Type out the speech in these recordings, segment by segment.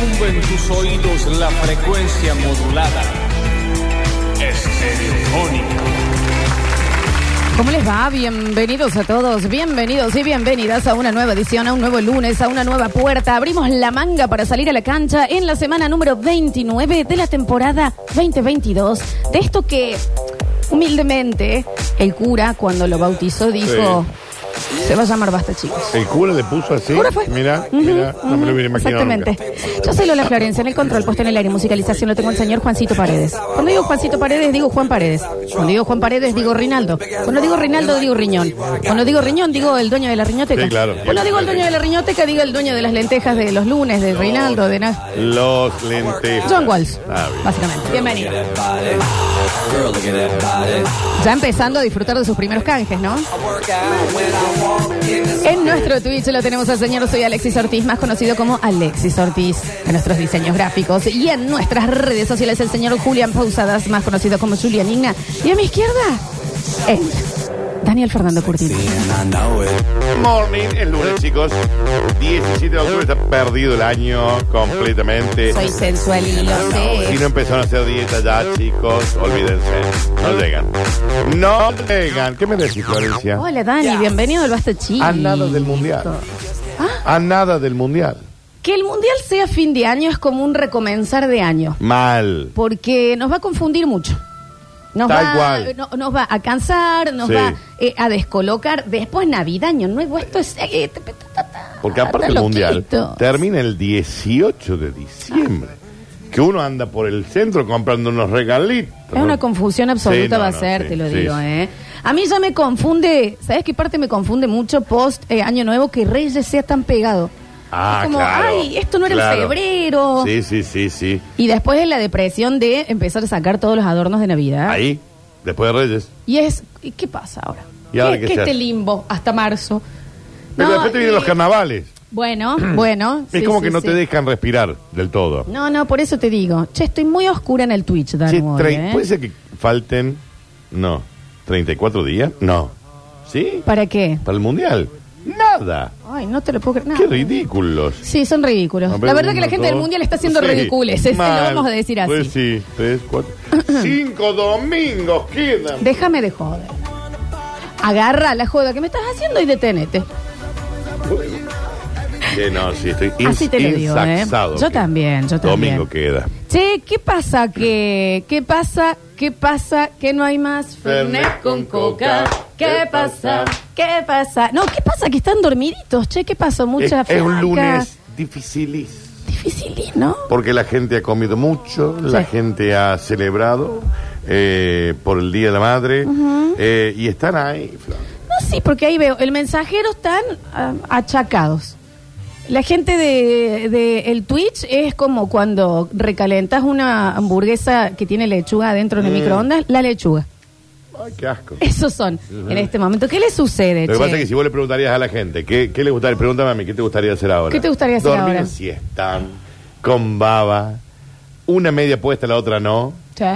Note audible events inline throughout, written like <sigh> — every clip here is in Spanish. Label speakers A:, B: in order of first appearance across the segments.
A: tus oídos la frecuencia modulada. Estereofónica.
B: ¿Cómo les va? Bienvenidos a todos, bienvenidos y bienvenidas a una nueva edición, a un nuevo lunes, a una nueva puerta. Abrimos la manga para salir a la cancha en la semana número 29 de la temporada 2022. De esto que, humildemente, el cura cuando lo bautizó dijo, se va a llamar Basta Chicos.
C: El cura le puso así.
B: Cura fue.
C: Mira,
B: Ujú,
C: mira, no me lo hubiera
B: ujú,
C: imaginado.
B: Exactamente. Yo soy Lola Florencia, en el control puesto en el aire, musicalización, lo tengo el señor Juancito Paredes. Cuando digo Juancito Paredes, digo Juan Paredes. Cuando digo Juan Paredes, digo Rinaldo. Cuando digo Rinaldo, digo Riñón. Cuando digo Riñón, digo el dueño de la riñoteca.
C: Sí, claro.
B: Cuando digo el dueño de la riñoteca, digo el dueño de las lentejas de los lunes, de Rinaldo, de nada.
C: nunca. Los lentejas.
B: John Walls,
C: Ah, bien.
B: básicamente. Bienvenido. Ya empezando a disfrutar de sus primeros canjes, ¿no? En nuestro Twitch lo tenemos al señor, soy Alexis Ortiz, más conocido como Alexis Ortiz, en nuestros diseños gráficos. Y en nuestras redes sociales el señor Julián Pausadas, más conocido como Julián Igna. Y a mi izquierda, él, Daniel Fernando Curtino.
C: Morning, el lunes, chicos. 17 de octubre está perdido el año completamente.
B: Soy sensual y lo sé.
C: Si no empezaron a hacer dieta ya, chicos, olvídense. No llegan. No llegan. ¿Qué me decís, Florencia?
B: Hola Dani, bienvenido al Basta Chico.
C: A nada del mundial.
B: Ah.
C: A nada del mundial.
B: Que el mundial sea fin de año es como un recomenzar de año,
C: Mal.
B: porque nos va a confundir mucho. Nos
C: Tal
B: va,
C: cual.
B: no- nos va a cansar, nos
C: Sí.
B: va eh, a descolocar. Después Navidad, Año Nuevo, esto es... eh, ta- ta- ta- ta-
C: Porque aparte el
B: loquito.
C: mundial termina el 18 de diciembre. Que uno anda por el centro comprando unos regalitos.
B: Es una confusión absoluta
C: Sí, no,
B: va a
C: no,
B: ser,
C: sí,
B: te lo
C: sí,
B: digo,
C: sí.
B: ¿eh? A mí ya me confunde, ¿sabes qué parte me confunde mucho post eh, Año Nuevo que Reyes sea tan pegado?
C: Ah,
B: Es como,
C: claro,
B: ay, esto no era
C: claro.
B: en febrero.
C: Sí, sí, sí, sí.
B: Y después es la depresión de empezar a sacar todos los adornos de Navidad.
C: Ahí, después de Reyes.
B: Y es, ¿y qué pasa ahora?
C: ¿Y ahora qué se
B: este
C: hace?
B: limbo hasta marzo?
C: Pero
B: No,
C: después te vienen
B: y-
C: los carnavales. <clears throat>
B: Bueno, bueno.
C: es
B: sí,
C: como
B: sí,
C: que no
B: sí.
C: te dejan respirar del todo.
B: No, no, por eso te digo. Che, estoy muy oscura en el Twitch,
C: Che,
B: Danu. hoy,
C: tre-
B: ¿eh?
C: ¿Puede ser que falten, no, 34 días? No. ¿Sí?
B: ¿Para qué?
C: Para el Mundial. Nada.
B: Ay, no te lo puedo creer. nada.
C: Qué ridículos.
B: Sí, son ridículos.
C: A ver,
B: la verdad que
C: uno,
B: la gente del
C: dos.
B: mundial está haciendo
C: Sí.
B: ridicules. Eso lo
C: Mal.
B: vamos a decir así.
C: Pues sí, tres,
B: <clears throat>
C: cuatro. Cinco domingos quedan.
B: Déjame de joder. Agarra la joda que me estás haciendo y deténete.
C: Sí, no, sí, estoy ins-
B: Así te lo digo, ¿eh?
C: insaxado.
B: Yo también, yo también.
C: Domingo queda.
B: Che, ¿qué pasa que, qué pasa, qué pasa que no hay más Fernet con coca? ¿Qué pasa? ¿Qué pasa? No, ¿qué pasa que están dormiditos? Che, ¿qué pasó? Mucha
C: es, es un
B: fiaca.
C: lunes dificilísimo.
B: Difícil, ¿no?
C: Porque la gente ha comido mucho, la
B: Sí.
C: gente ha celebrado eh, por el Día de la Madre eh, y están ahí. Flor.
B: No, sí, porque ahí veo, el mensajero están ah, achacados. La gente de, de el Twitch es como cuando recalentas una hamburguesa que tiene lechuga adentro
C: Mm.
B: en el microondas, la lechuga.
C: Ay, qué asco.
B: Esos son en este momento. ¿Qué les sucede,
C: Lo que
B: che?
C: pasa es que si vos le preguntarías a la gente, ¿qué, qué le gustaría? Pregúntame a mí, ¿qué te gustaría hacer ahora?
B: ¿Qué te gustaría hacer
C: Dormir
B: ahora?
C: en siesta, con baba, una media puesta, la otra no.
B: Che.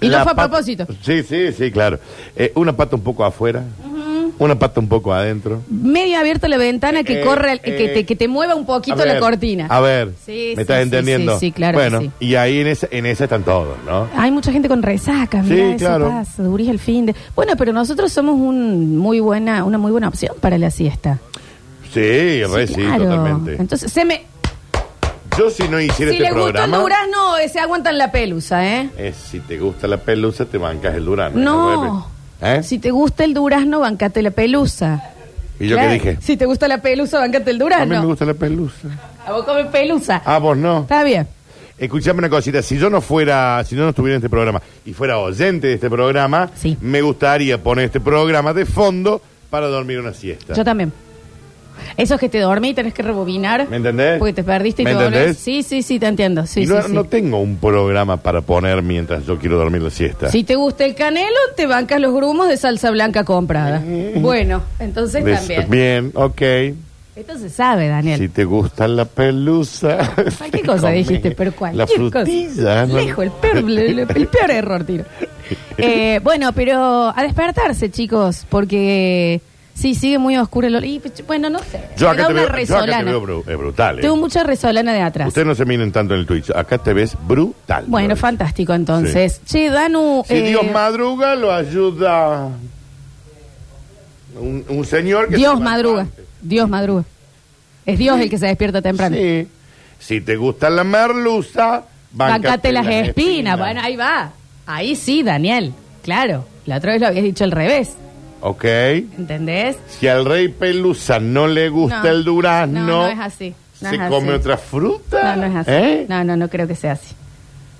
B: Y
C: La
B: no fue a
C: pata-
B: propósito.
C: Sí, sí, sí, claro. Eh, una pata un poco afuera, una pata un poco adentro.
B: Media abierta la ventana que
C: Eh,
B: corre,
C: eh,
B: que, te, que te mueva un
C: A
B: poquito
C: ver,
B: la cortina.
C: A ver,
B: Sí, sí,
C: ¿me estás
B: sí,
C: entendiendo?
B: sí, sí, claro que
C: Bueno,
B: sí.
C: y ahí en esa, en esa están todos, ¿no?
B: Hay mucha gente con resaca,
C: Sí,
B: mira, eso
C: claro.
B: pasa, durís el fin de. Bueno, pero nosotros somos un muy buena, una muy buena opción para la siesta.
C: Sí, re, sí,
B: claro.
C: totalmente.
B: Entonces, se me,
C: Yo si no hiciera
B: si
C: este
B: les gustó el
C: programa,
B: durazno, eh, se aguantan la pelusa, ¿eh?
C: es si te gusta la pelusa, te bancas el durano.
B: No.
C: ¿Eh?
B: Si te gusta el durazno, bancate la pelusa.
C: ¿Y yo
B: Claro.
C: qué dije?
B: Si te gusta la pelusa, bancate el
C: A mí me
B: durazno.
C: gusta la pelusa.
B: A vos comes pelusa.
C: Ah, vos no.
B: Está bien.
C: Escuchame una cosita, si yo no fuera, si yo no estuviera en este programa y fuera oyente de este programa,
B: Sí.
C: me gustaría poner este programa de fondo para dormir una siesta.
B: Yo también. Esos que te dormí y tenés que rebobinar.
C: ¿Me entendés?
B: Porque te perdiste y
C: ¿Me
B: te volvés.
C: entendés?
B: Sí, sí, sí, te entiendo. Sí,
C: y no,
B: sí, sí.
C: no tengo un programa para poner mientras yo quiero dormir la siesta.
B: Si te gusta el canelo, te bancas los grumos de salsa blanca comprada. Bueno, entonces
C: De-
B: también.
C: Bien, ok.
B: Esto se sabe, Daniel.
C: Si te gusta la pelusa.
B: Ay,
C: te
B: ¿Qué
C: <laughs>
B: cosa
C: comés
B: dijiste? Pero cuál.
C: La frutilla. ¿no?
B: Lejos, el peor, el, el peor error, tiro. Eh, bueno, pero a despertarse, chicos, porque Sí, sigue muy oscuro el olor. Y, pues, bueno, no sé.
C: <laughs> Yo
B: Me
C: acá,
B: da una
C: te veo, yo acá te
B: resolana.
C: veo bru- eh, brutal. eh.
B: Tengo mucha resolana de atrás.
C: Ustedes no se miren tanto en el Twitch. Acá te ves brutal.
B: Bueno,
C: Lorenzo.
B: fantástico entonces. Che, Danu.
C: Si
B: eh,
C: Dios madruga, lo ayuda un, un señor que... se
B: Dios
C: levanta
B: madruga.
C: antes.
B: Dios madruga. Es Dios el que se despierta temprano.
C: Sí. Si te gusta la merluza,
B: Bancate las espinas. Bueno, ahí va. Ahí sí, Daniel. Claro. La otra vez lo habías dicho al revés.
C: Ok.
B: ¿Entendés?
C: Si al rey pelusa no le gusta
B: No.
C: el durazno...
B: No, no es así. No
C: ¿Se
B: es así.
C: come otra fruta?
B: No, no es así.
C: ¿Eh?
B: No, no, no creo que sea así.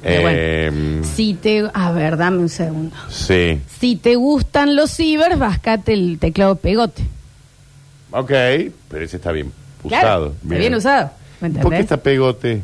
B: Pero
C: Em,
B: bueno. Si te. A ver, dame un segundo.
C: Sí.
B: Si te gustan los cibers, bascate el teclado pegote.
C: Ok. Pero ese está bien
B: Claro,
C: usado.
B: está bien usado. ¿Me entendés?
C: ¿Por qué está pegote?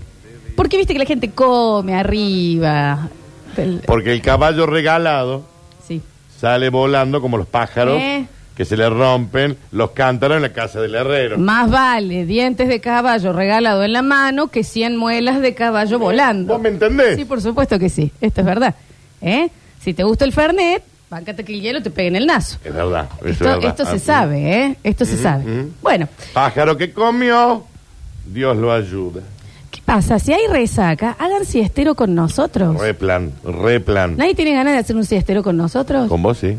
B: Porque viste que la gente come arriba. del-
C: Porque el caballo regalado
B: sí.
C: sale volando como los pájaros
B: Eh.
C: que se le rompen los cántaros en la casa del herrero.
B: Más vale dientes de caballo regalado en la mano que 100 muelas de caballo volando.
C: Eh, ¿Vos me entendés?
B: Sí, por supuesto que sí. Esto es verdad. ¿Eh? Si te gusta el Fernet, bancate que el hielo te pegue en el nazo.
C: Es verdad. eso es
B: Esto,
C: verdad.
B: esto se
C: Ah,
B: sabe, ¿eh? Esto se sabe.
C: ujú.
B: Bueno,
C: Pájaro que comió, Dios lo ayuda.
B: ¿qué pasa? Si hay resaca, hagan siestero con nosotros.
C: Replan, replan.
B: ¿Nadie tiene ganas de hacer un siestero con nosotros?
C: Con vos sí.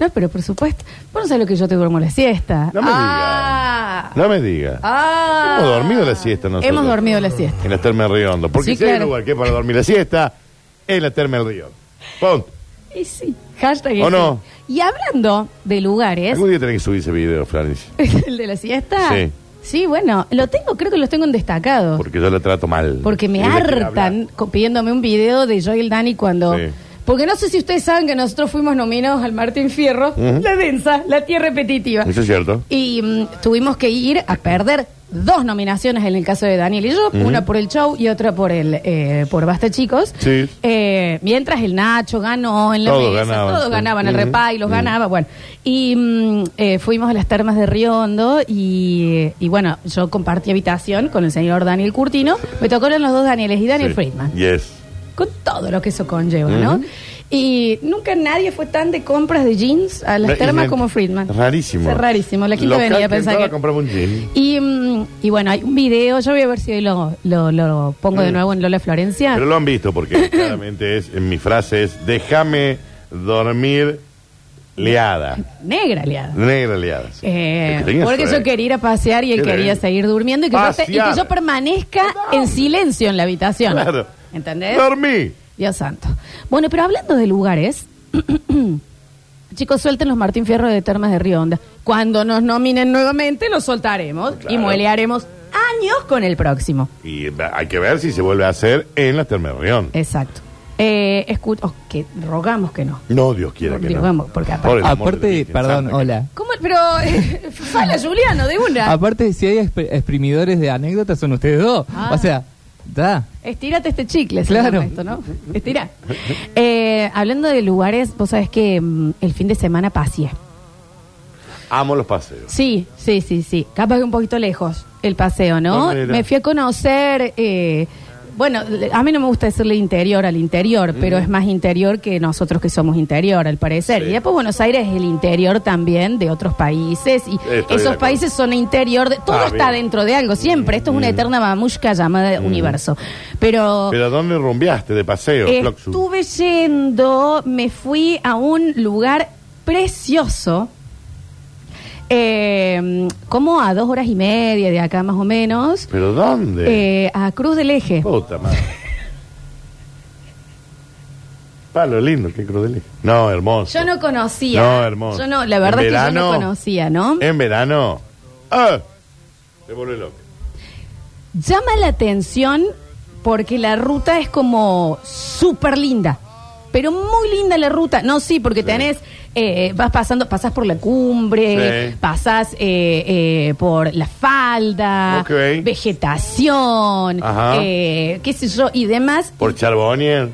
B: No, pero por supuesto. Vos no sabés lo que yo te duermo la siesta.
C: No me
B: ah,
C: digas. No me digas.
B: Ah.
C: Hemos dormido la siesta nosotros.
B: Hemos dormido la siesta.
C: En la Terma del Riondo. Porque
B: Sí,
C: si hay un
B: claro.
C: lugar que es para dormir la siesta, es la Terma del Riondo. Punto.
B: Y sí, hashtag.
C: ¿O
B: y
C: no?
B: sí. Y hablando de lugares,
C: Algún día tenés que subir ese video, Flanish.
B: <laughs> el de la siesta.
C: Sí.
B: Sí, bueno, lo tengo, creo que los tengo en destacado.
C: Porque yo lo trato mal.
B: Porque me
C: Y de qué hablar.
B: hartan co- pidiéndome un video de Joel Dani cuando.
C: Sí.
B: Porque no sé si ustedes saben que nosotros fuimos nominados al Martín Fierro,
C: Ujú.
B: la densa, la tierra repetitiva.
C: Eso es cierto.
B: Y mm, tuvimos que ir a perder dos nominaciones en el caso de Daniel y yo, una por el show y otra por el eh, por Basta Chicos.
C: Sí.
B: Eh, mientras el Nacho ganó en la
C: Todos
B: mesa,
C: ganaban,
B: todos
C: sí.
B: ganaban, el
C: Ujú.
B: repay los
C: Ujú.
B: ganaba, bueno. Y mm, eh, fuimos a las termas de Riondo y, y bueno, yo compartí habitación con el señor Daniel Curtino, me tocó los dos Danieles y Daniel
C: Sí.
B: Friedman
C: Yes.
B: con todo lo que eso conlleva, ¿no?
C: Ujú.
B: Y nunca nadie fue tan de compras de jeans a las
C: Ra-
B: termas
C: es
B: como Friedman.
C: rarísimo.
B: Es rarísimo. La quinta
C: Local
B: venía a
C: que
B: pensar
C: entraba
B: que...
C: compraba un jean.
B: Y, mm, y bueno, hay un video, yo voy a ver si hoy lo, lo, lo pongo de
C: Mm.
B: nuevo en Lola Florencia.
C: Pero lo han
B: <laughs>
C: visto porque claramente es, en mi frase es, déjame dormir leada.
B: Negra, aliada.
C: Negra leada. sí.
B: Eh,
C: El que tenía
B: porque
C: eso,
B: yo
C: eh.
B: quería ir a pasear y él
C: Qué
B: quería
C: bien.
B: seguir durmiendo y que, yo te- y que
C: Pasear.
B: yo permanezca en silencio en la habitación.
C: Claro.
B: ¿Entendés?
C: Dormí.
B: Dios santo. Bueno, pero hablando de lugares, <clears throat> chicos, suelten los Martín Fierro de Termas de Río Onda. Cuando nos nominen nuevamente, los soltaremos y
C: Claro.
B: muelearemos años con el próximo.
C: Y eh, hay que ver si se vuelve a hacer en la Termerrión.
B: Exacto. Eh, escu- oh, que rogamos que no.
C: No, Dios quiera que
B: Digo,
C: no.
B: vamos, porque aparte-
C: Por el amor de
D: Aparte,
C: Virgen
D: perdón,
C: Santa.
D: hola.
B: ¿Cómo? Pero eh, <laughs> fala, Juliano, de una.
D: Aparte, si hay expr- exprimidores de anécdotas, son ustedes dos.
B: Ah.
D: O sea, da.
B: Estírate este chicle, se
D: Claro.
B: llama Esto, ¿no? Estirá. Eh, hablando de lugares, vos sabés que mm, el fin de semana paseé.
C: Amo los paseos.
B: Sí, sí, sí, sí. Capaz que un poquito lejos el paseo, ¿no?
C: ¿Dónde era?
B: Me fui a conocer. eh, bueno, le- a mí no me gusta decirle interior al interior, pero es más interior que nosotros que somos interior, al parecer.
C: Sí.
B: Y después Buenos Aires es el interior también de otros países. Y
C: Estoy de
B: esos
C: acuerdo.
B: países son interior. De, todo
C: Ah,
B: está
C: bien. Mm.
B: dentro de algo, siempre. Esto es una eterna mamushka llamada universo. Pero.
C: Pero ¿a dónde rumbeaste de paseo, Floxu?
B: Estuve yendo, me fui a un lugar precioso, eh, como a dos horas y media de acá más o menos,
C: ¿Pero dónde?
B: eh, a Cruz del Eje. <laughs>
C: Puta madre. Palo lindo, qué crudel. No, hermoso.
B: Yo no conocía.
C: No, hermoso.
B: Yo no, la verdad es
C: En
B: que yo no
C: verano,
B: conocía, ¿no?
C: En verano. ¡Ah! Te vuelve loco.
B: Llama la atención porque la ruta es como súper linda. Pero muy linda la ruta. No, sí, porque
C: Sí.
B: tenés, eh, vas pasando, pasás por la cumbre,
C: Sí.
B: pasás eh, eh, por la falda,
C: Ok.
B: vegetación,
C: Ajá.
B: eh, qué sé yo, y demás.
C: Por Charbonnier.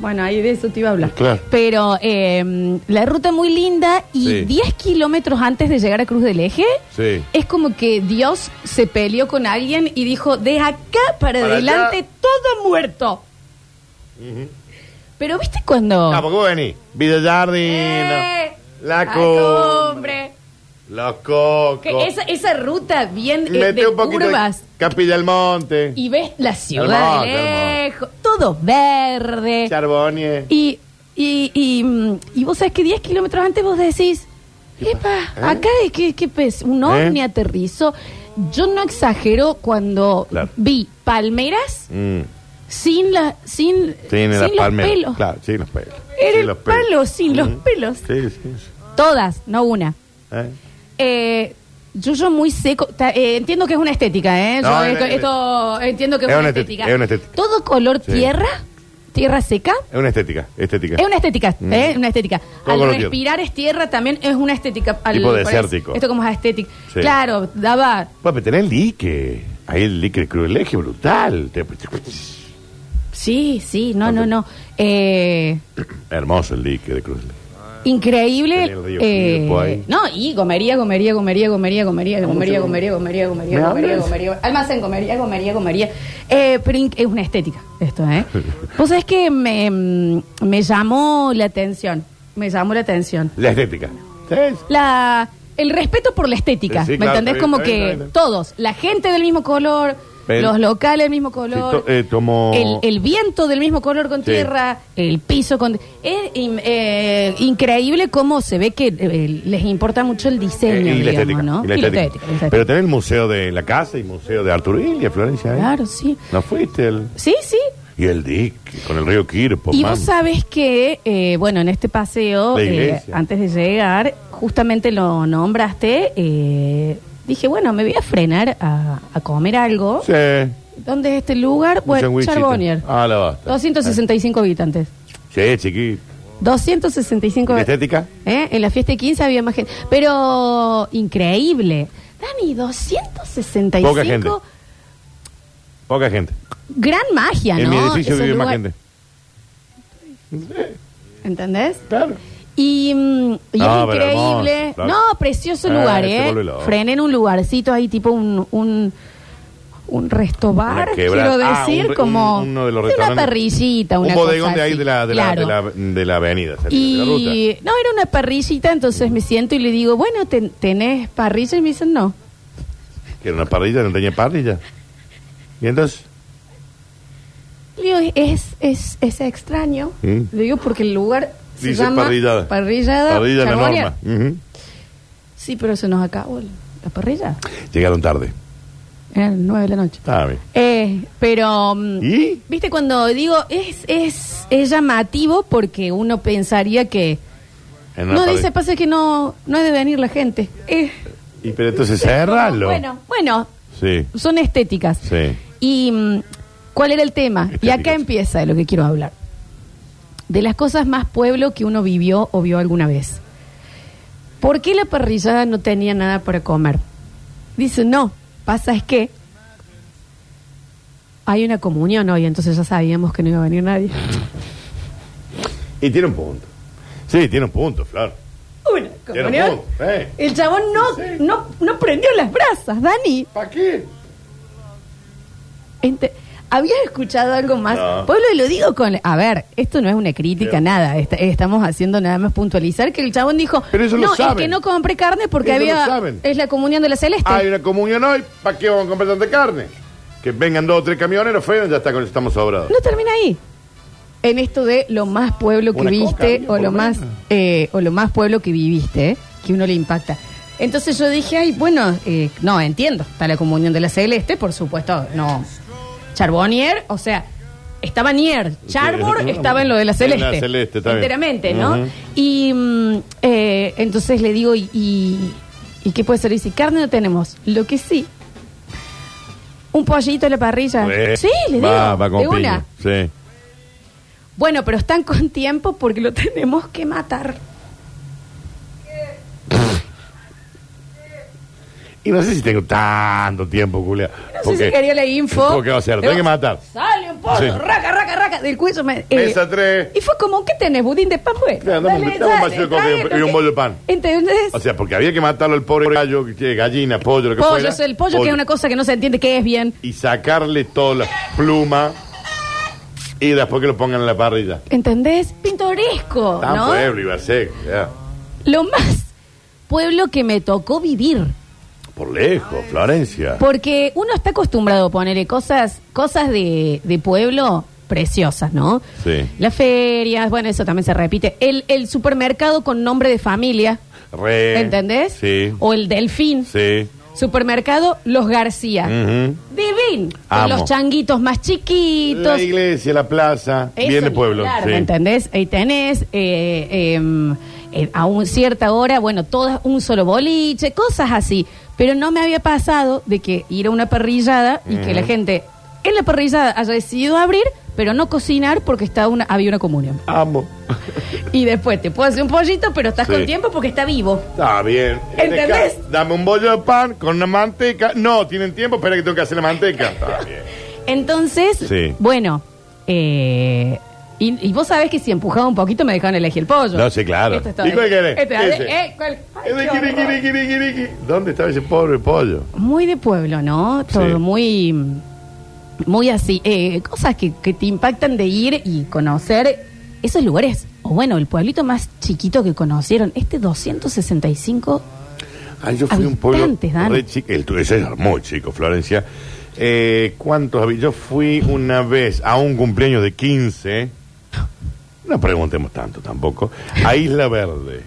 B: Bueno, ahí de eso te iba a hablar.
C: Claro.
B: Pero eh, la ruta muy linda y
C: Sí.
B: 10 kilómetros antes de llegar a Cruz del Eje,
C: Sí.
B: es como que Dios se peleó con alguien y dijo, de acá para,
C: Para
B: adelante
C: allá".
B: todo muerto. Pero viste cuando...
C: Ah, porque vos venís. Villa Jardín.
B: Oh. Eh,
C: La
B: la
C: cumbre.
B: cumbre.
C: Los cocos.
B: Que esa, esa ruta bien eh,
C: Mete
B: de
C: un poquito
B: curvas.
C: de Capilla del Monte.
B: Y ves la ciudad de
C: Hermoso, hermoso.
B: lejos, todo verde.
C: Charbonnier.
B: eh, Y, y, y, mm, y vos sabés que 10 kilómetros antes vos decís, epa,
C: pasa? ¿Eh?
B: acá es que, que pes- un ovni
C: ¿Eh?
B: aterrizó. Yo no exagero cuando
C: Claro.
B: vi palmeras
C: Mm.
B: sin la sin,
C: Tiene
B: sin
C: las
B: los
C: palmeras.
B: pelos.
C: Claro, sin los pelos.
B: Era
C: Sin
B: el
C: los pelos.
B: palo sin los
C: Mm.
B: pelos.
C: Sí, sí. sí.
B: Todas, no una.
C: ¿Eh?
B: Eh, Yuyo muy seco. Ta- eh, entiendo que es una estética, ¿eh? Yo
C: No,
B: esto,
C: es-
B: esto entiendo que es,
C: es
B: una
C: una
B: estética.
C: estética, es una estética.
B: Todo color
C: Sí.
B: tierra, tierra seca.
C: Es una estética, estética.
B: Es una estética,
C: Mm.
B: ¿eh? Una estética.
C: Todo
B: Al
C: color tierra.
B: respirar es tierra también es una estética. Al,
C: Tipo
B: parece-
C: desértico.
B: Esto como es estética.
C: Sí.
B: Claro, daba.
C: Bueno, pero tenés lique. Ahí el lique de crueleje brutal. Te-
B: Sí, sí, no, no, no. Eh,
C: Hermoso el lique de crueleje.
B: increíble.
C: Tenía el río
B: eh,
C: Quilpo ahí.
B: no, y gomería, gomería, gomería, gomería, gomería, gomería, gomería, gomería, gomería,
C: ¿Me
B: gomería,
C: hablas?
B: gomería, almacén, gomería, gomería, gomería. Eh, pero in- es una estética esto,
C: <laughs>
B: ¿eh? Vos sabés que me, mm, me llamó la atención. Me llamó la atención.
C: La estética. ¿Sabes?
B: la el respeto por la estética,
C: Sí,
B: ¿me
C: claro,
B: entendés?
C: está
B: Como
C: bien,
B: que
C: está bien, está bien.
B: todos, la gente del mismo color,
C: El-
B: los locales del mismo color,
C: Sí, to- eh, tomó-
B: el, el viento del mismo color con
C: Sí.
B: tierra, el piso con... Es in- eh, increíble cómo se ve que eh, les importa mucho el
C: Eh,
B: diseño,
C: y, la
B: digamos,
C: estética,
B: ¿no?
C: y la estética.
B: la estética.
C: Pero tenés el museo de la casa y museo de Arturo Illia, Florencia. ¿eh?
B: Claro, sí.
C: No fuiste el.
B: Sí, sí.
C: Y el dique con el río Quirpo.
B: Y
C: mamá.
B: vos sabes que, eh, bueno, en este paseo,
C: Pues La
B: eh,
C: iglesia.
B: antes de llegar, justamente lo nombraste, eh, dije, bueno, me voy a frenar a, a comer algo.
C: Sí. un
B: ¿Dónde es este lugar? Bueno,
C: sándwichito.
B: Charbonnier.
C: Ah, la basta.
B: 265 habitantes.
C: Sí, chiquito.
B: 265
C: ¿Y la estética?
B: ¿Eh? En la fiesta de 15 había más gente. Pero increíble. Dani, 265.
C: Poca gente. Poca gente.
B: Gran magia,
C: en
B: ¿no?
C: mi edificio
B: Esos
C: vive más
B: lugares.
C: gente.
B: ¿Entendés?
C: Claro.
B: Y, mm, y
C: No,
B: es
C: Ah, pero
B: increíble.
C: hermoso, claro.
B: no, precioso
C: Eh,
B: lugar,
C: te
B: ¿eh?
C: vuelve loco.
B: Frené en un lugarcito ahí, tipo un. un un resto bar,
C: Una quebrada.
B: quiero
C: Ah,
B: decir,
C: un re-
B: como
C: un- uno de los
B: una
C: restaurantes.
B: parrillita, una
C: Un bodegón
B: cosa
C: de ahí
B: así.
C: de la, de la,
B: Claro.
C: de la, de la avenida, salida de la ruta.
B: Y no, era una parrillita, entonces me siento y le digo, bueno, ten- ¿tenés parrilla? Y me dicen, no.
C: Que era una parrilla, no tenía parrilla. Y entonces,
B: Le digo, es, es, es extraño.
C: Mm.
B: Le digo, porque el lugar se
C: dice
B: llama
C: parrillada.
B: Parrillada.
C: Parrilla la
B: Charbonnier.
C: norma. Ujú.
B: Sí, pero se nos acabó el- la parrilla.
C: Llegaron tarde.
B: Eran nueve de la noche.
C: Está bien.
B: Eh, pero, mm,
C: ¿Y?
B: viste, cuando digo, es, es, es llamativo porque uno pensaría que...
C: En una
B: No,
C: parrilla.
B: dice, pasa que no, no ha de venir la gente. Eh,
C: Y pero entonces, cerralo.
B: Bueno, bueno,
C: Sí.
B: son estéticas.
C: Sí.
B: ¿Y mm, cuál era el tema? Y
C: Estéticas.
B: acá empieza de lo que quiero hablar. De las cosas más pueblo que uno vivió o vio alguna vez. ¿Por qué la parrillada no tenía nada para comer? Dice, no, pasa es que hay una comunión hoy, entonces ya sabíamos que no iba a venir nadie. <laughs>
C: Y tiene un punto. Sí, tiene un punto, Flor.
B: Una
C: Tiene un
B: comunión.
C: punto. eh.
B: El chabón no,
C: Sí.
B: no, no prendió las brasas, Dani.
C: ¿Para qué?
B: Ente- ¿Habías escuchado algo más?
C: No.
B: Pueblo, lo digo con... A ver, esto no es una crítica,
C: Bien.
B: nada. Est- estamos haciendo nada más puntualizar que el chabón dijo...
C: Pero eso
B: no,
C: lo
B: es
C: saben.
B: que no compré carne porque
C: Eso lo
B: había...
C: saben.
B: Es la comunión de la celeste.
C: Hay una comunión hoy, ¿para qué vamos a comprar tanta carne? Que vengan dos o tres camioneros, frenan, ya está, con estamos sobrados.
B: No termina ahí. En esto de lo más pueblo que
C: Una coca,
B: viste
C: bien,
B: o
C: por
B: lo
C: lo
B: más
C: menos.
B: eh, o lo más pueblo que viviste, eh, que uno le impacta. Entonces yo dije, ay, bueno, eh, no, entiendo, está la comunión de la celeste, por supuesto, no. Charbonnier, o sea, estaba Nier, Charbor
C: <laughs> Sí.
B: estaba en lo de la
C: En la
B: celeste.
C: Celeste, está bien.
B: Enteramente, ¿no?
C: Ujú.
B: Y mm, eh, entonces le digo, ¿y, y, y qué puede ser? Y dice, carne no tenemos. Lo que sí, un pollito a la parrilla.
C: Eh,
B: Sí, le digo.
C: Va, va con
B: de
C: piña,
B: una.
C: Sí.
B: Bueno, pero están con tiempo porque lo <laughs> tenemos que matar.
C: Y no sé si tengo tanto tiempo, Julia.
B: No sé si quería la info.
C: Porque va a ser, tengo que matar.
B: Sale un pollo,
C: Sí.
B: raca, raca, raca, del cuello. Me, eh,
C: Mesa tres.
B: Y fue como, ¿qué tenés? Budín de pan, pues.
C: Claro, dame un- dame un vasito de coca y un-
B: tráelo,
C: y un
B: que-
C: bollo de pan.
B: ¿Entendés?
C: O sea, porque había que matarlo al pobre gallo, que tiene gallina, pollo, lo que
B: pollo,
C: fuera.
B: es el pollo, que es una cosa que no se entiende qué es bien.
C: Y sacarle toda la pluma y después que lo pongan en la parrilla.
B: ¿Entendés? Pintoresco,
C: Tan
B: ¿no?
C: pueblo iba a ser. ya.
B: Lo más pueblo que me tocó vivir.
C: Por lejos, Florencia.
B: Porque uno está acostumbrado a ponerle cosas, cosas de, de pueblo preciosas, ¿no?
C: Sí.
B: Las ferias, bueno, eso también se repite. El, el supermercado con nombre de familia,
C: Re.
B: ¿entendés?
C: Sí.
B: O el delfín.
C: Sí.
B: Supermercado Los García.
C: Ujú.
B: Divin. Con
C: Amo.
B: los changuitos más chiquitos.
C: La iglesia, la plaza,
B: Eso,
C: bien de pueblo.
B: claro,
C: sí.
B: ¿me entendés? Ahí tenés eh, eh, eh, a un cierta hora, bueno, todas un solo boliche, cosas así. Pero no me había pasado de que ir a una parrillada y que la gente en la parrillada haya decidido abrir, pero no cocinar porque estaba una, había una comunión.
C: Amo.
B: Y después te puedo hacer un pollito, pero estás
C: Sí.
B: con tiempo porque está vivo.
C: Está bien.
B: ¿Entendés?
C: Acá, Dame un bollo de pan con una manteca. No, tienen tiempo, espera que tengo que hacer la manteca. Está bien.
B: Entonces,
C: Sí.
B: bueno, eh, y, y vos sabés que si empujaba un poquito me dejaban elegir el pollo.
C: No, sí, claro.
B: Esto está
C: ¿Y cuál querés?
B: Este,
C: Ese.
B: eh, ¿cuál? Ay,
C: Eh,
B: qué
C: riqui, riqui,
B: horror.
C: riqui, riqui, riqui. ¿Dónde estaba ese pobre pollo?
B: Muy de pueblo, ¿no?
C: Sí.
B: Todo muy, muy así. Eh, cosas que, que te impactan de ir y conocer esos lugares. O bueno, el pueblito más chiquito que conocieron, este 265.
C: Ah, yo fui a un pueblo
B: Habitantes, Dan.
C: re chico. El tuyo ese es muy chico, Florencia. Eh, ¿Cuántos habi- Yo fui una vez a un cumpleaños de 15. No preguntemos tanto tampoco. A Isla Verde.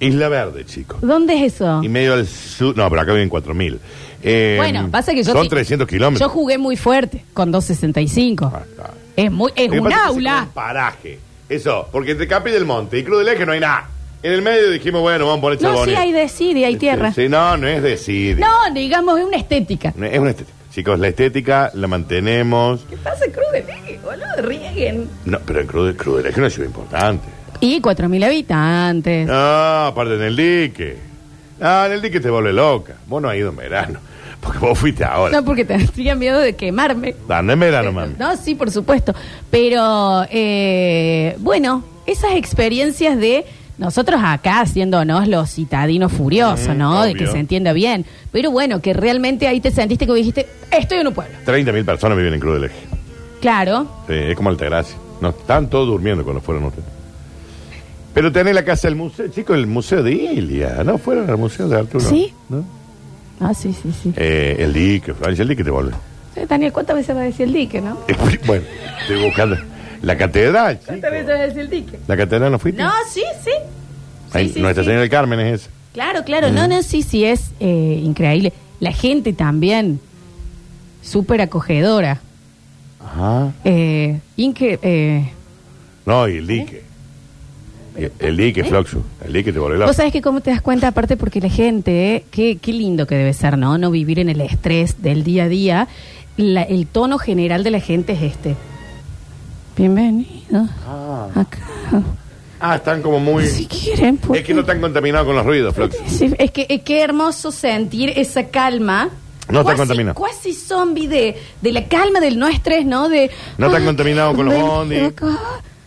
C: Isla Verde, chicos.
B: ¿Dónde es eso?
C: Y medio al sur. No, pero acá viven 4.000. Eh,
B: bueno, pasa que yo.
C: Son
B: sí-
C: 300 kilómetros.
B: Yo jugué muy fuerte con 265.
C: Ah, está.
B: Es, muy, es
C: Lo que
B: un
C: pasa que se crea
B: aula.
C: un paraje. Eso, porque entre Capri del Monte y Cruz del Eje no hay nada. En el medio dijimos, bueno, vamos a poner
B: No, sí,
C: chabones. Este,
B: hay decide, hay tierra.
C: Sí, no, no es decir.
B: No, digamos, es una estética.
C: No, Es una estética. Chicos, la estética la mantenemos.
B: ¿Qué pasa, Cruz de Tigre, boludo? Rieguen.
C: No, pero en Cruz, Cruz del Eje es una ciudad importante.
B: Y 4.000 habitantes.
C: No, aparte en el dique. No, en el dique te vuelve loca. Vos no has ido en verano. <laughs> Porque vos fuiste ahora.
B: No, porque tendría miedo de quemarme.
C: Anda en verano, mami.
B: No, sí, por supuesto. Pero, eh, bueno, esas experiencias de nosotros acá haciéndonos los citadinos furiosos,
C: Mm,
B: ¿no? De
C: obvio.
B: que se entienda bien. Pero bueno, que realmente ahí te sentiste que dijiste, estoy en un pueblo.
C: 30.000 personas viven en Cruz del Eje.
B: Claro.
C: Sí, es como Altagracia. No, están todos durmiendo cuando fueron ustedes. Pero tenés la casa del museo, chicos, el museo de Ilia, ¿no? Fueron al museo de Arturo.
B: ¿Sí?
C: ¿no?
B: Ah, sí, sí, sí.
C: Eh, el dique, Francia, el dique te vuelve.
B: Eh, Daniel, ¿cuántas veces va a decir el dique, no?
C: Eh, <laughs> bueno, estoy buscando. La catedral, chico.
B: ¿Cuántas veces va a decir el dique?
C: ¿La catedral no fuiste?
B: No, sí, sí.
C: Ahí,
B: Sí, sí,
C: Nuestra
B: sí.
C: Señora del Carmen es esa.
B: Claro, claro, no, no, sí, sí, es eh, increíble. La gente también, súper acogedora.
C: Ajá.
B: Eh, inque- eh,
C: No, y el dique. Y El dique,
B: ¿Eh?
C: Floxu. El dique te vuelve loco.
B: Vos sabés que cómo te das cuenta, aparte porque la gente, eh, qué, qué lindo que debe ser, ¿no? No vivir en el estrés del día a día. La- el tono general de la gente es este. Bienvenidos acá.
C: Ah, están como muy.
B: Si quieren,
C: Es que no están contaminados con los ruidos, Floxu.
B: Sí, es que es que hermoso sentir esa calma.
C: No está
B: Cuasi-
C: contaminado.
B: Cuasi zombie de, de la calma del no estrés, ¿no? De,
C: No está
B: "Ah,
C: contaminado con los
B: ven
C: bondis".
B: acá.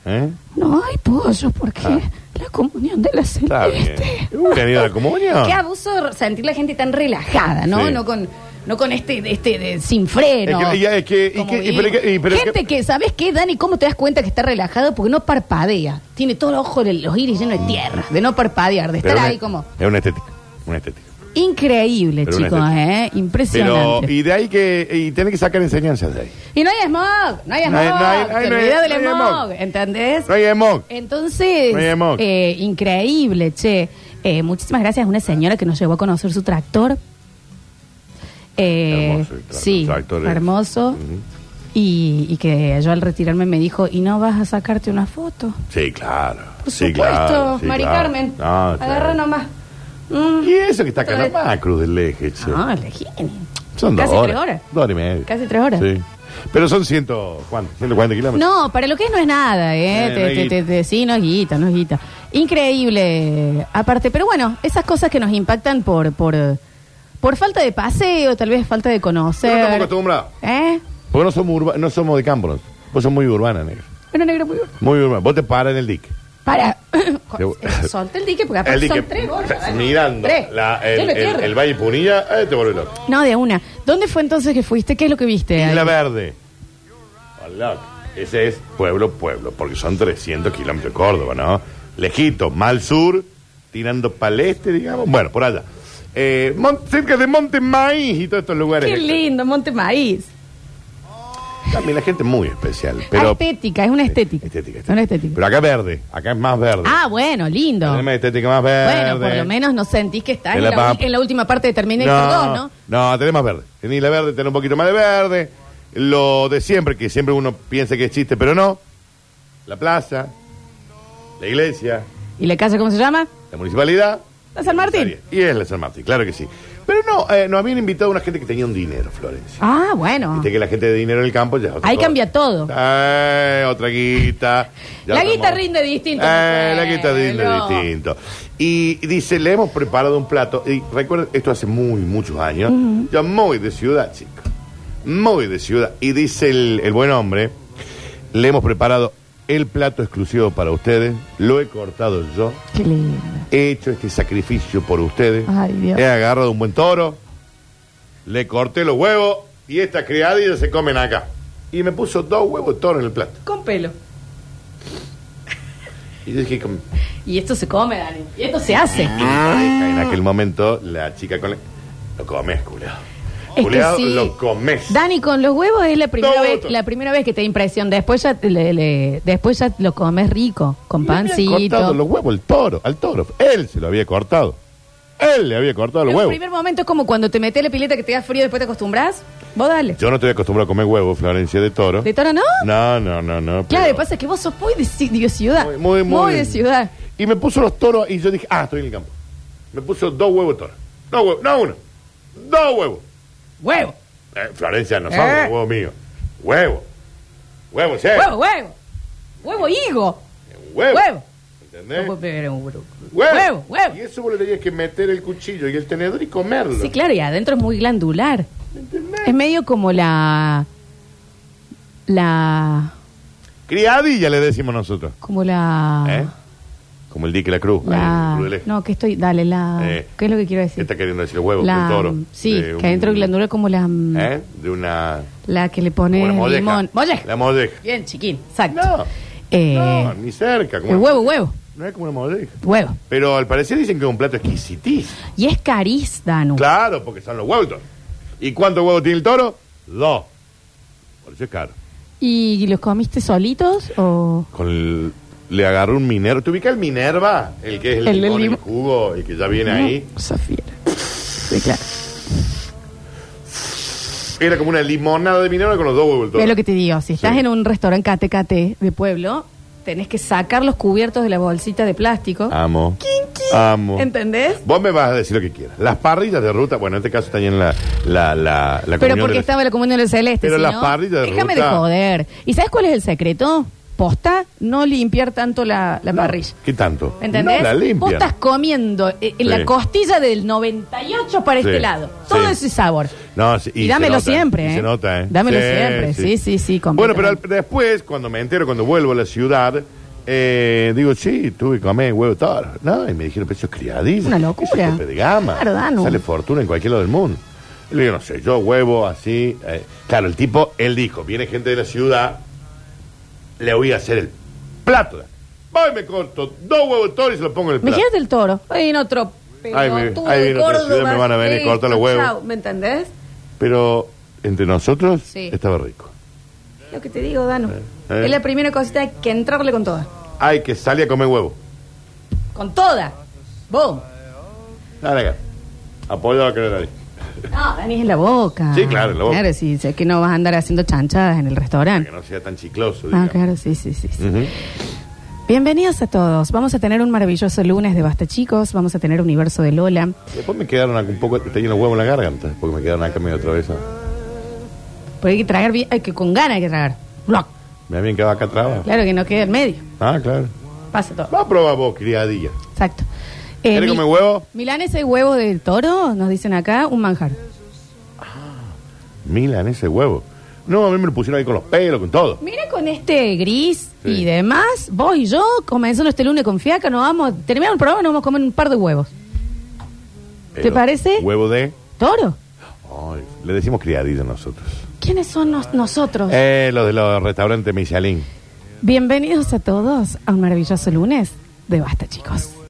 C: ¿Eh?
B: No hay pollo porque
C: Ah.
B: la comunión de la
C: Está bien.
B: celeste.
C: ¿Hubieran ido a la comunión?
B: Este. Qué abuso de sentir la gente tan relajada, ¿no?
C: Sí.
B: No con no con este este de- sin freno.
C: Es que- ya, es que- y
B: Como
C: que- y
B: vivimos.
C: pero que- y pero
B: gente
C: que-
B: que, ¿sabes qué, Dani? ¿Cómo te das cuenta que está relajado? Porque no parpadea. Tiene todo el ojo, los iris llenos de tierra, de no parpadear, de
C: Mm. Pero
B: estar
C: una-
B: ahí como...
C: Es una estética. Una estética.
B: Increíble,
C: Pero una
B: chicos, ¿eh?
C: Pero,
B: Impresionante.
C: y de ahí que, y tenés que sacar enseñanzas de ahí.
B: y... no hay smog, no hay smog.
C: No hay- no hay-
B: te
C: no hay- no
B: olvidás del
C: hay- no hay
B: smog,
C: smog.
B: ¿entendés?
C: No hay smog.
B: Entonces,
C: No hay smog.
B: eh, increíble, che. Eh, muchísimas gracias a una señora que nos llevó a conocer su tractor. Eh,
C: Hermoso el tra-
B: sí,
C: tractor es.
B: hermoso.
C: Ujú.
B: y, y que yo al retirarme me dijo, ¿y no vas a sacarte una foto?
C: Sí, claro.
B: Por
C: sí,
B: supuesto,
C: claro, sí,
B: Mari
C: claro.
B: Carmen.
C: No,
B: Agarra
C: claro.
B: nomás. Mm.
C: Y eso que está acá
B: Todo
C: nomás, Cruz del Eje, che.
B: No, elegí.
C: Son dos
B: Ah, Casi
C: horas.
B: tres horas.
C: Dos horas y media.
B: Casi tres horas.
C: Sí. Pero son ciento, ¿cuánto? 140 kilómetros.
B: No, para lo que es no es nada, ¿eh? Te-
C: Eh, no
B: te-
C: es
B: te-
C: guita.
B: te- sí, no es guita, no es guita. Increíble, eh, aparte. Pero bueno, esas cosas que nos impactan por, por, por falta de paseo, tal vez falta de
C: Pero no estamos
B: conocer.
C: acostumbrados.
B: ¿Eh?
C: Porque no somos, urba- no somos de campo. nosotros. Vos sos muy urbana, negro.
B: Bueno, negro, muy bueno.
C: Muy urbana. Vos te paras en el dique. <coughs>
B: Para.
C: Te-
B: Solta el dique porque aparte
C: el dique.
B: son tres horas. ¿vale?
C: Mirando
B: Tres.
C: la- el,
B: Lleno de
C: el-
B: tierra.
C: el Valle Punilla, eh, te vuelve loco.
B: No, de una. ¿Dónde fue entonces que fuiste? ¿Qué es lo que viste? Eh, ahí?
C: Isla Verde. Hola. Ese es pueblo, pueblo, porque son 300 kilómetros de Córdoba, ¿no? Lejito, mal sur, tirando paleste, digamos. Bueno, por allá. Eh, Mon- cerca de Monte Maíz y todos estos lugares.
B: Qué lindo, Monte Maíz.
C: También la gente es muy especial. Pero, eh,
B: Ah, estética, es una estética.
C: Estética,
B: Una estética.
C: Pero acá es verde, acá es más verde.
B: Ah, bueno, lindo.
C: Tenemos estética más verde.
B: Bueno, por lo menos no sentís que estás
C: En
B: en
C: Eh, la
B: la,
C: pampa.
B: ul- en la última parte de Terminator 2, ¿no?
C: No, tenés más verde. Tenés la verde, tenés un poquito más de verde. Lo de siempre, que siempre uno piensa que es chiste, pero no. La plaza, la iglesia,
B: ¿Y la calle cómo se llama?
C: la municipalidad.
B: La San Martín.
C: Y es la San Martín, claro que sí. Pero no, eh, nos habían invitado una gente que tenía un dinero, Florencia.
B: Ah, bueno.
C: Viste que la gente de dinero en el campo ya es otra
B: Ahí
C: cosa.
B: cambia todo.
C: Eh, otra guita. Ya
B: La
C: estamos-
B: guita rinde distinto,
C: Eh,
B: Manuel,
C: la guita rinde
B: no.
C: distinto. Y y dice, le hemos preparado un plato. Y recuerda, esto hace muy, muchos años. Ya muy de ciudad, chicos. Muy de ciudad. Y dice el, el buen hombre, le hemos preparado el plato exclusivo para ustedes. Lo he cortado yo.
B: Qué lindo.
C: He hecho este sacrificio por ustedes.
B: Ay, Dios.
C: He agarrado un buen toro. Le corté los huevos. Y estas criadillas se comen acá. Y me puso dos huevos de toro en el plato.
B: Con pelo.
C: Y yo dije, como-
B: Y esto se come, Dani. Y esto se hace.
C: Ay, en aquel momento la chica con la... Lo comes, culeado.
B: Es
C: Culeado,
B: que sí.
C: lo comes.
B: Dani, con los huevos es la primera,
C: No,
B: vez,
C: otro.
B: la primera vez que te da impresión. Después ya, te- le- le- después ya lo comes rico, con
C: Le había cortado los
B: pancito.
C: huevos al toro, al toro. Él se lo había cortado. Él le había cortado los
B: En el
C: huevos.
B: primer momento es como cuando te metes la pileta que te da frío después te acostumbras. Vos dale.
C: Yo no estoy acostumbrado a comer huevos, Florencia, de toro.
B: ¿De toro no?
C: No, no, no,
B: Claro,
C: no.
B: lo
C: pero-
B: que pasa es que vos sos muy de, ci- de ciudad.
C: Muy, muy, muy.
B: de ciudad.
C: Y me puso los toros y yo dije, ah, estoy en el campo. Me puso dos huevos de toro. No, huevos, no uno. Dos huevos.
B: Huevo,
C: Eh, Florencia, no son los
B: Eh.
C: huevos míos. Huevo. Huevo, sí.
B: huevo, huevo. Huevo, higo.
C: Huevo.
B: Huevo.
C: ¿Entendés?
B: No puedo creer un huevo.
C: Eh. Huevo.
B: Huevo, huevo.
C: Y eso vos le tenías que meter el cuchillo y el tenedor y comerlo.
B: Sí, claro, y adentro es muy glandular. Es medio como la. La.
C: Criadilla le decimos nosotros.
B: Como la.
C: ¿Eh? Como el dique la cruz. ahí en el
B: La,
C: Cruz del Eje.
B: Ah. no, que estoy. Dale, la.
C: Eh.
B: ¿Qué es lo que quiero decir?
C: ¿Qué está queriendo decir? Huevo,
B: La-
C: un toro.
B: Sí,
C: de un-
B: que adentro es glandular como la.
C: ¿Eh? De una...
B: La que le pone
C: una molleja.
B: limón. Molleja.
C: La molleja.
B: Bien, chiquín, exacto.
C: No.
B: Eh,
C: No, ni cerca. como
B: el
C: una-
B: huevo, huevo,
C: No es como una molleja.
B: huevo.
C: Pero al parecer dicen que es un plato exquisitísimo.
B: Y es cariz, Danu.
C: Claro, porque son los huevos. del toro. ¿Y cuántos huevos tiene el toro? Dos. Por eso es caro.
B: ¿Y los comiste solitos o.?
C: Con el- le agarró un Minerva. ¿Te ubica el Minerva? El que es el,
B: El del
C: limón, el
B: lim-
C: jugo, el que ya viene ahí.
B: Zafira. Sí, claro.
C: Era como una limonada de Minerva con los dos huevos. del toro.
B: Es lo que te digo, si estás
C: Sí.
B: en un restaurante cate cate de pueblo, tenés que sacar los cubiertos de la bolsita de plástico.
C: Amo. Amo.
B: ¿Entendés?
C: Vos me vas a decir lo que quieras. Las parrillas de ruta, bueno, en este caso también la, la, la, la
B: Pero
C: comunión
B: porque
C: de-
B: estaba la comunión del celeste.
C: Pero
B: si
C: las
B: no,
C: parrillas de
B: Déjame
C: ruta-
B: de joder. ¿Y sabes cuál es el secreto? Posta, no limpiar tanto la, la
C: No,
B: parrilla.
C: ¿Qué tanto?
B: ¿Entendés?
C: No la
B: Vos
C: limpian.
B: estás comiendo eh, en
C: Sí.
B: la costilla del 98 para
C: Sí,
B: este lado. Todo
C: sí.
B: ese sabor.
C: No, sí,
B: Y,
C: se
B: dámelo
C: nota,
B: siempre.
C: y
B: ¿eh?
C: Se nota, ¿eh?
B: Dámelo
C: Sí,
B: siempre. Sí, sí, sí.
C: bueno, pero al-
B: completamente.
C: después, cuando me entero, cuando vuelvo a la ciudad, eh, digo, sí, tuve que comer huevo toro. No, y me dijeron, pero eso es criadillo.
B: Una locura.
C: Eso es tope de gama.
B: Claro, Danu.
C: Sale fortuna en cualquier lado del mundo. Y le digo, no sé, yo huevo así. eh, Claro, el tipo, él dijo, viene gente de la ciudad, le voy a hacer el plato. Voy, me corto dos huevos toros y se los pongo en el plato.
B: Imagínate el toro. Ahí en otro.
C: Ahí me-
B: pelotudo
C: ahí
B: de
C: en otra ciudad
B: Córdoba,
C: me van a venir y
B: listo,
C: cortar los huevos.
B: chau, ¿Me entendés?
C: Pero entre nosotros
B: Sí.
C: estaba rico.
B: Lo que te digo, Danu.
C: eh.
B: Es la primera cosita hay que entrarle con toda.
C: Hay que salir a comer huevo.
B: Con toda. Boom.
C: Dale acá. Apoyo a que nadie.
B: No, Dani, es en la boca.
C: Sí, claro, en la boca.
B: Claro, sí, sé que no vas a andar haciendo chanchadas en el
C: Que
B: restaurante.
C: no Mm. sea tan chicloso.
B: Ah,
C: digamos.
B: claro, sí, sí, sí. sí.
C: Ujú.
B: Bienvenidos a todos. Vamos a tener un maravilloso lunes de Basta Chicos. Vamos a tener Universo de Lola.
C: Después me quedaron acá un poco, tenía los huevos en la garganta, porque me quedaron acá medio travesa.
B: Porque hay que tragar bien, hay que con ganas hay que tragar. Bloc.
C: Me habían quedado acá trabado.
B: Claro que no queda en medio.
C: Ah, claro.
B: Pasa todo.
C: Va a probar vos, criadilla.
B: Exacto. Eh,
C: ¿Querés
B: mi-
C: comer huevo?
B: Milanesa y huevo de toro, nos dicen acá, un manjar.
C: Milan ese huevo. No, a mí me lo pusieron ahí con los pelos, con todo.
B: Mira con este gris
C: Sí.
B: y demás, vos y yo, comenzando este lunes con fiaca, nos vamos, terminamos el programa, nos vamos a comer un par de huevos.
C: Pero,
B: parece?
C: Huevo de.
B: ¿Toro?
C: Ay, le decimos criadilla nosotros.
B: ¿Quiénes son nos- nosotros?
C: Eh, los de los restaurantes Michelin.
B: Bienvenidos a todos a un maravilloso lunes de Basta, chicos.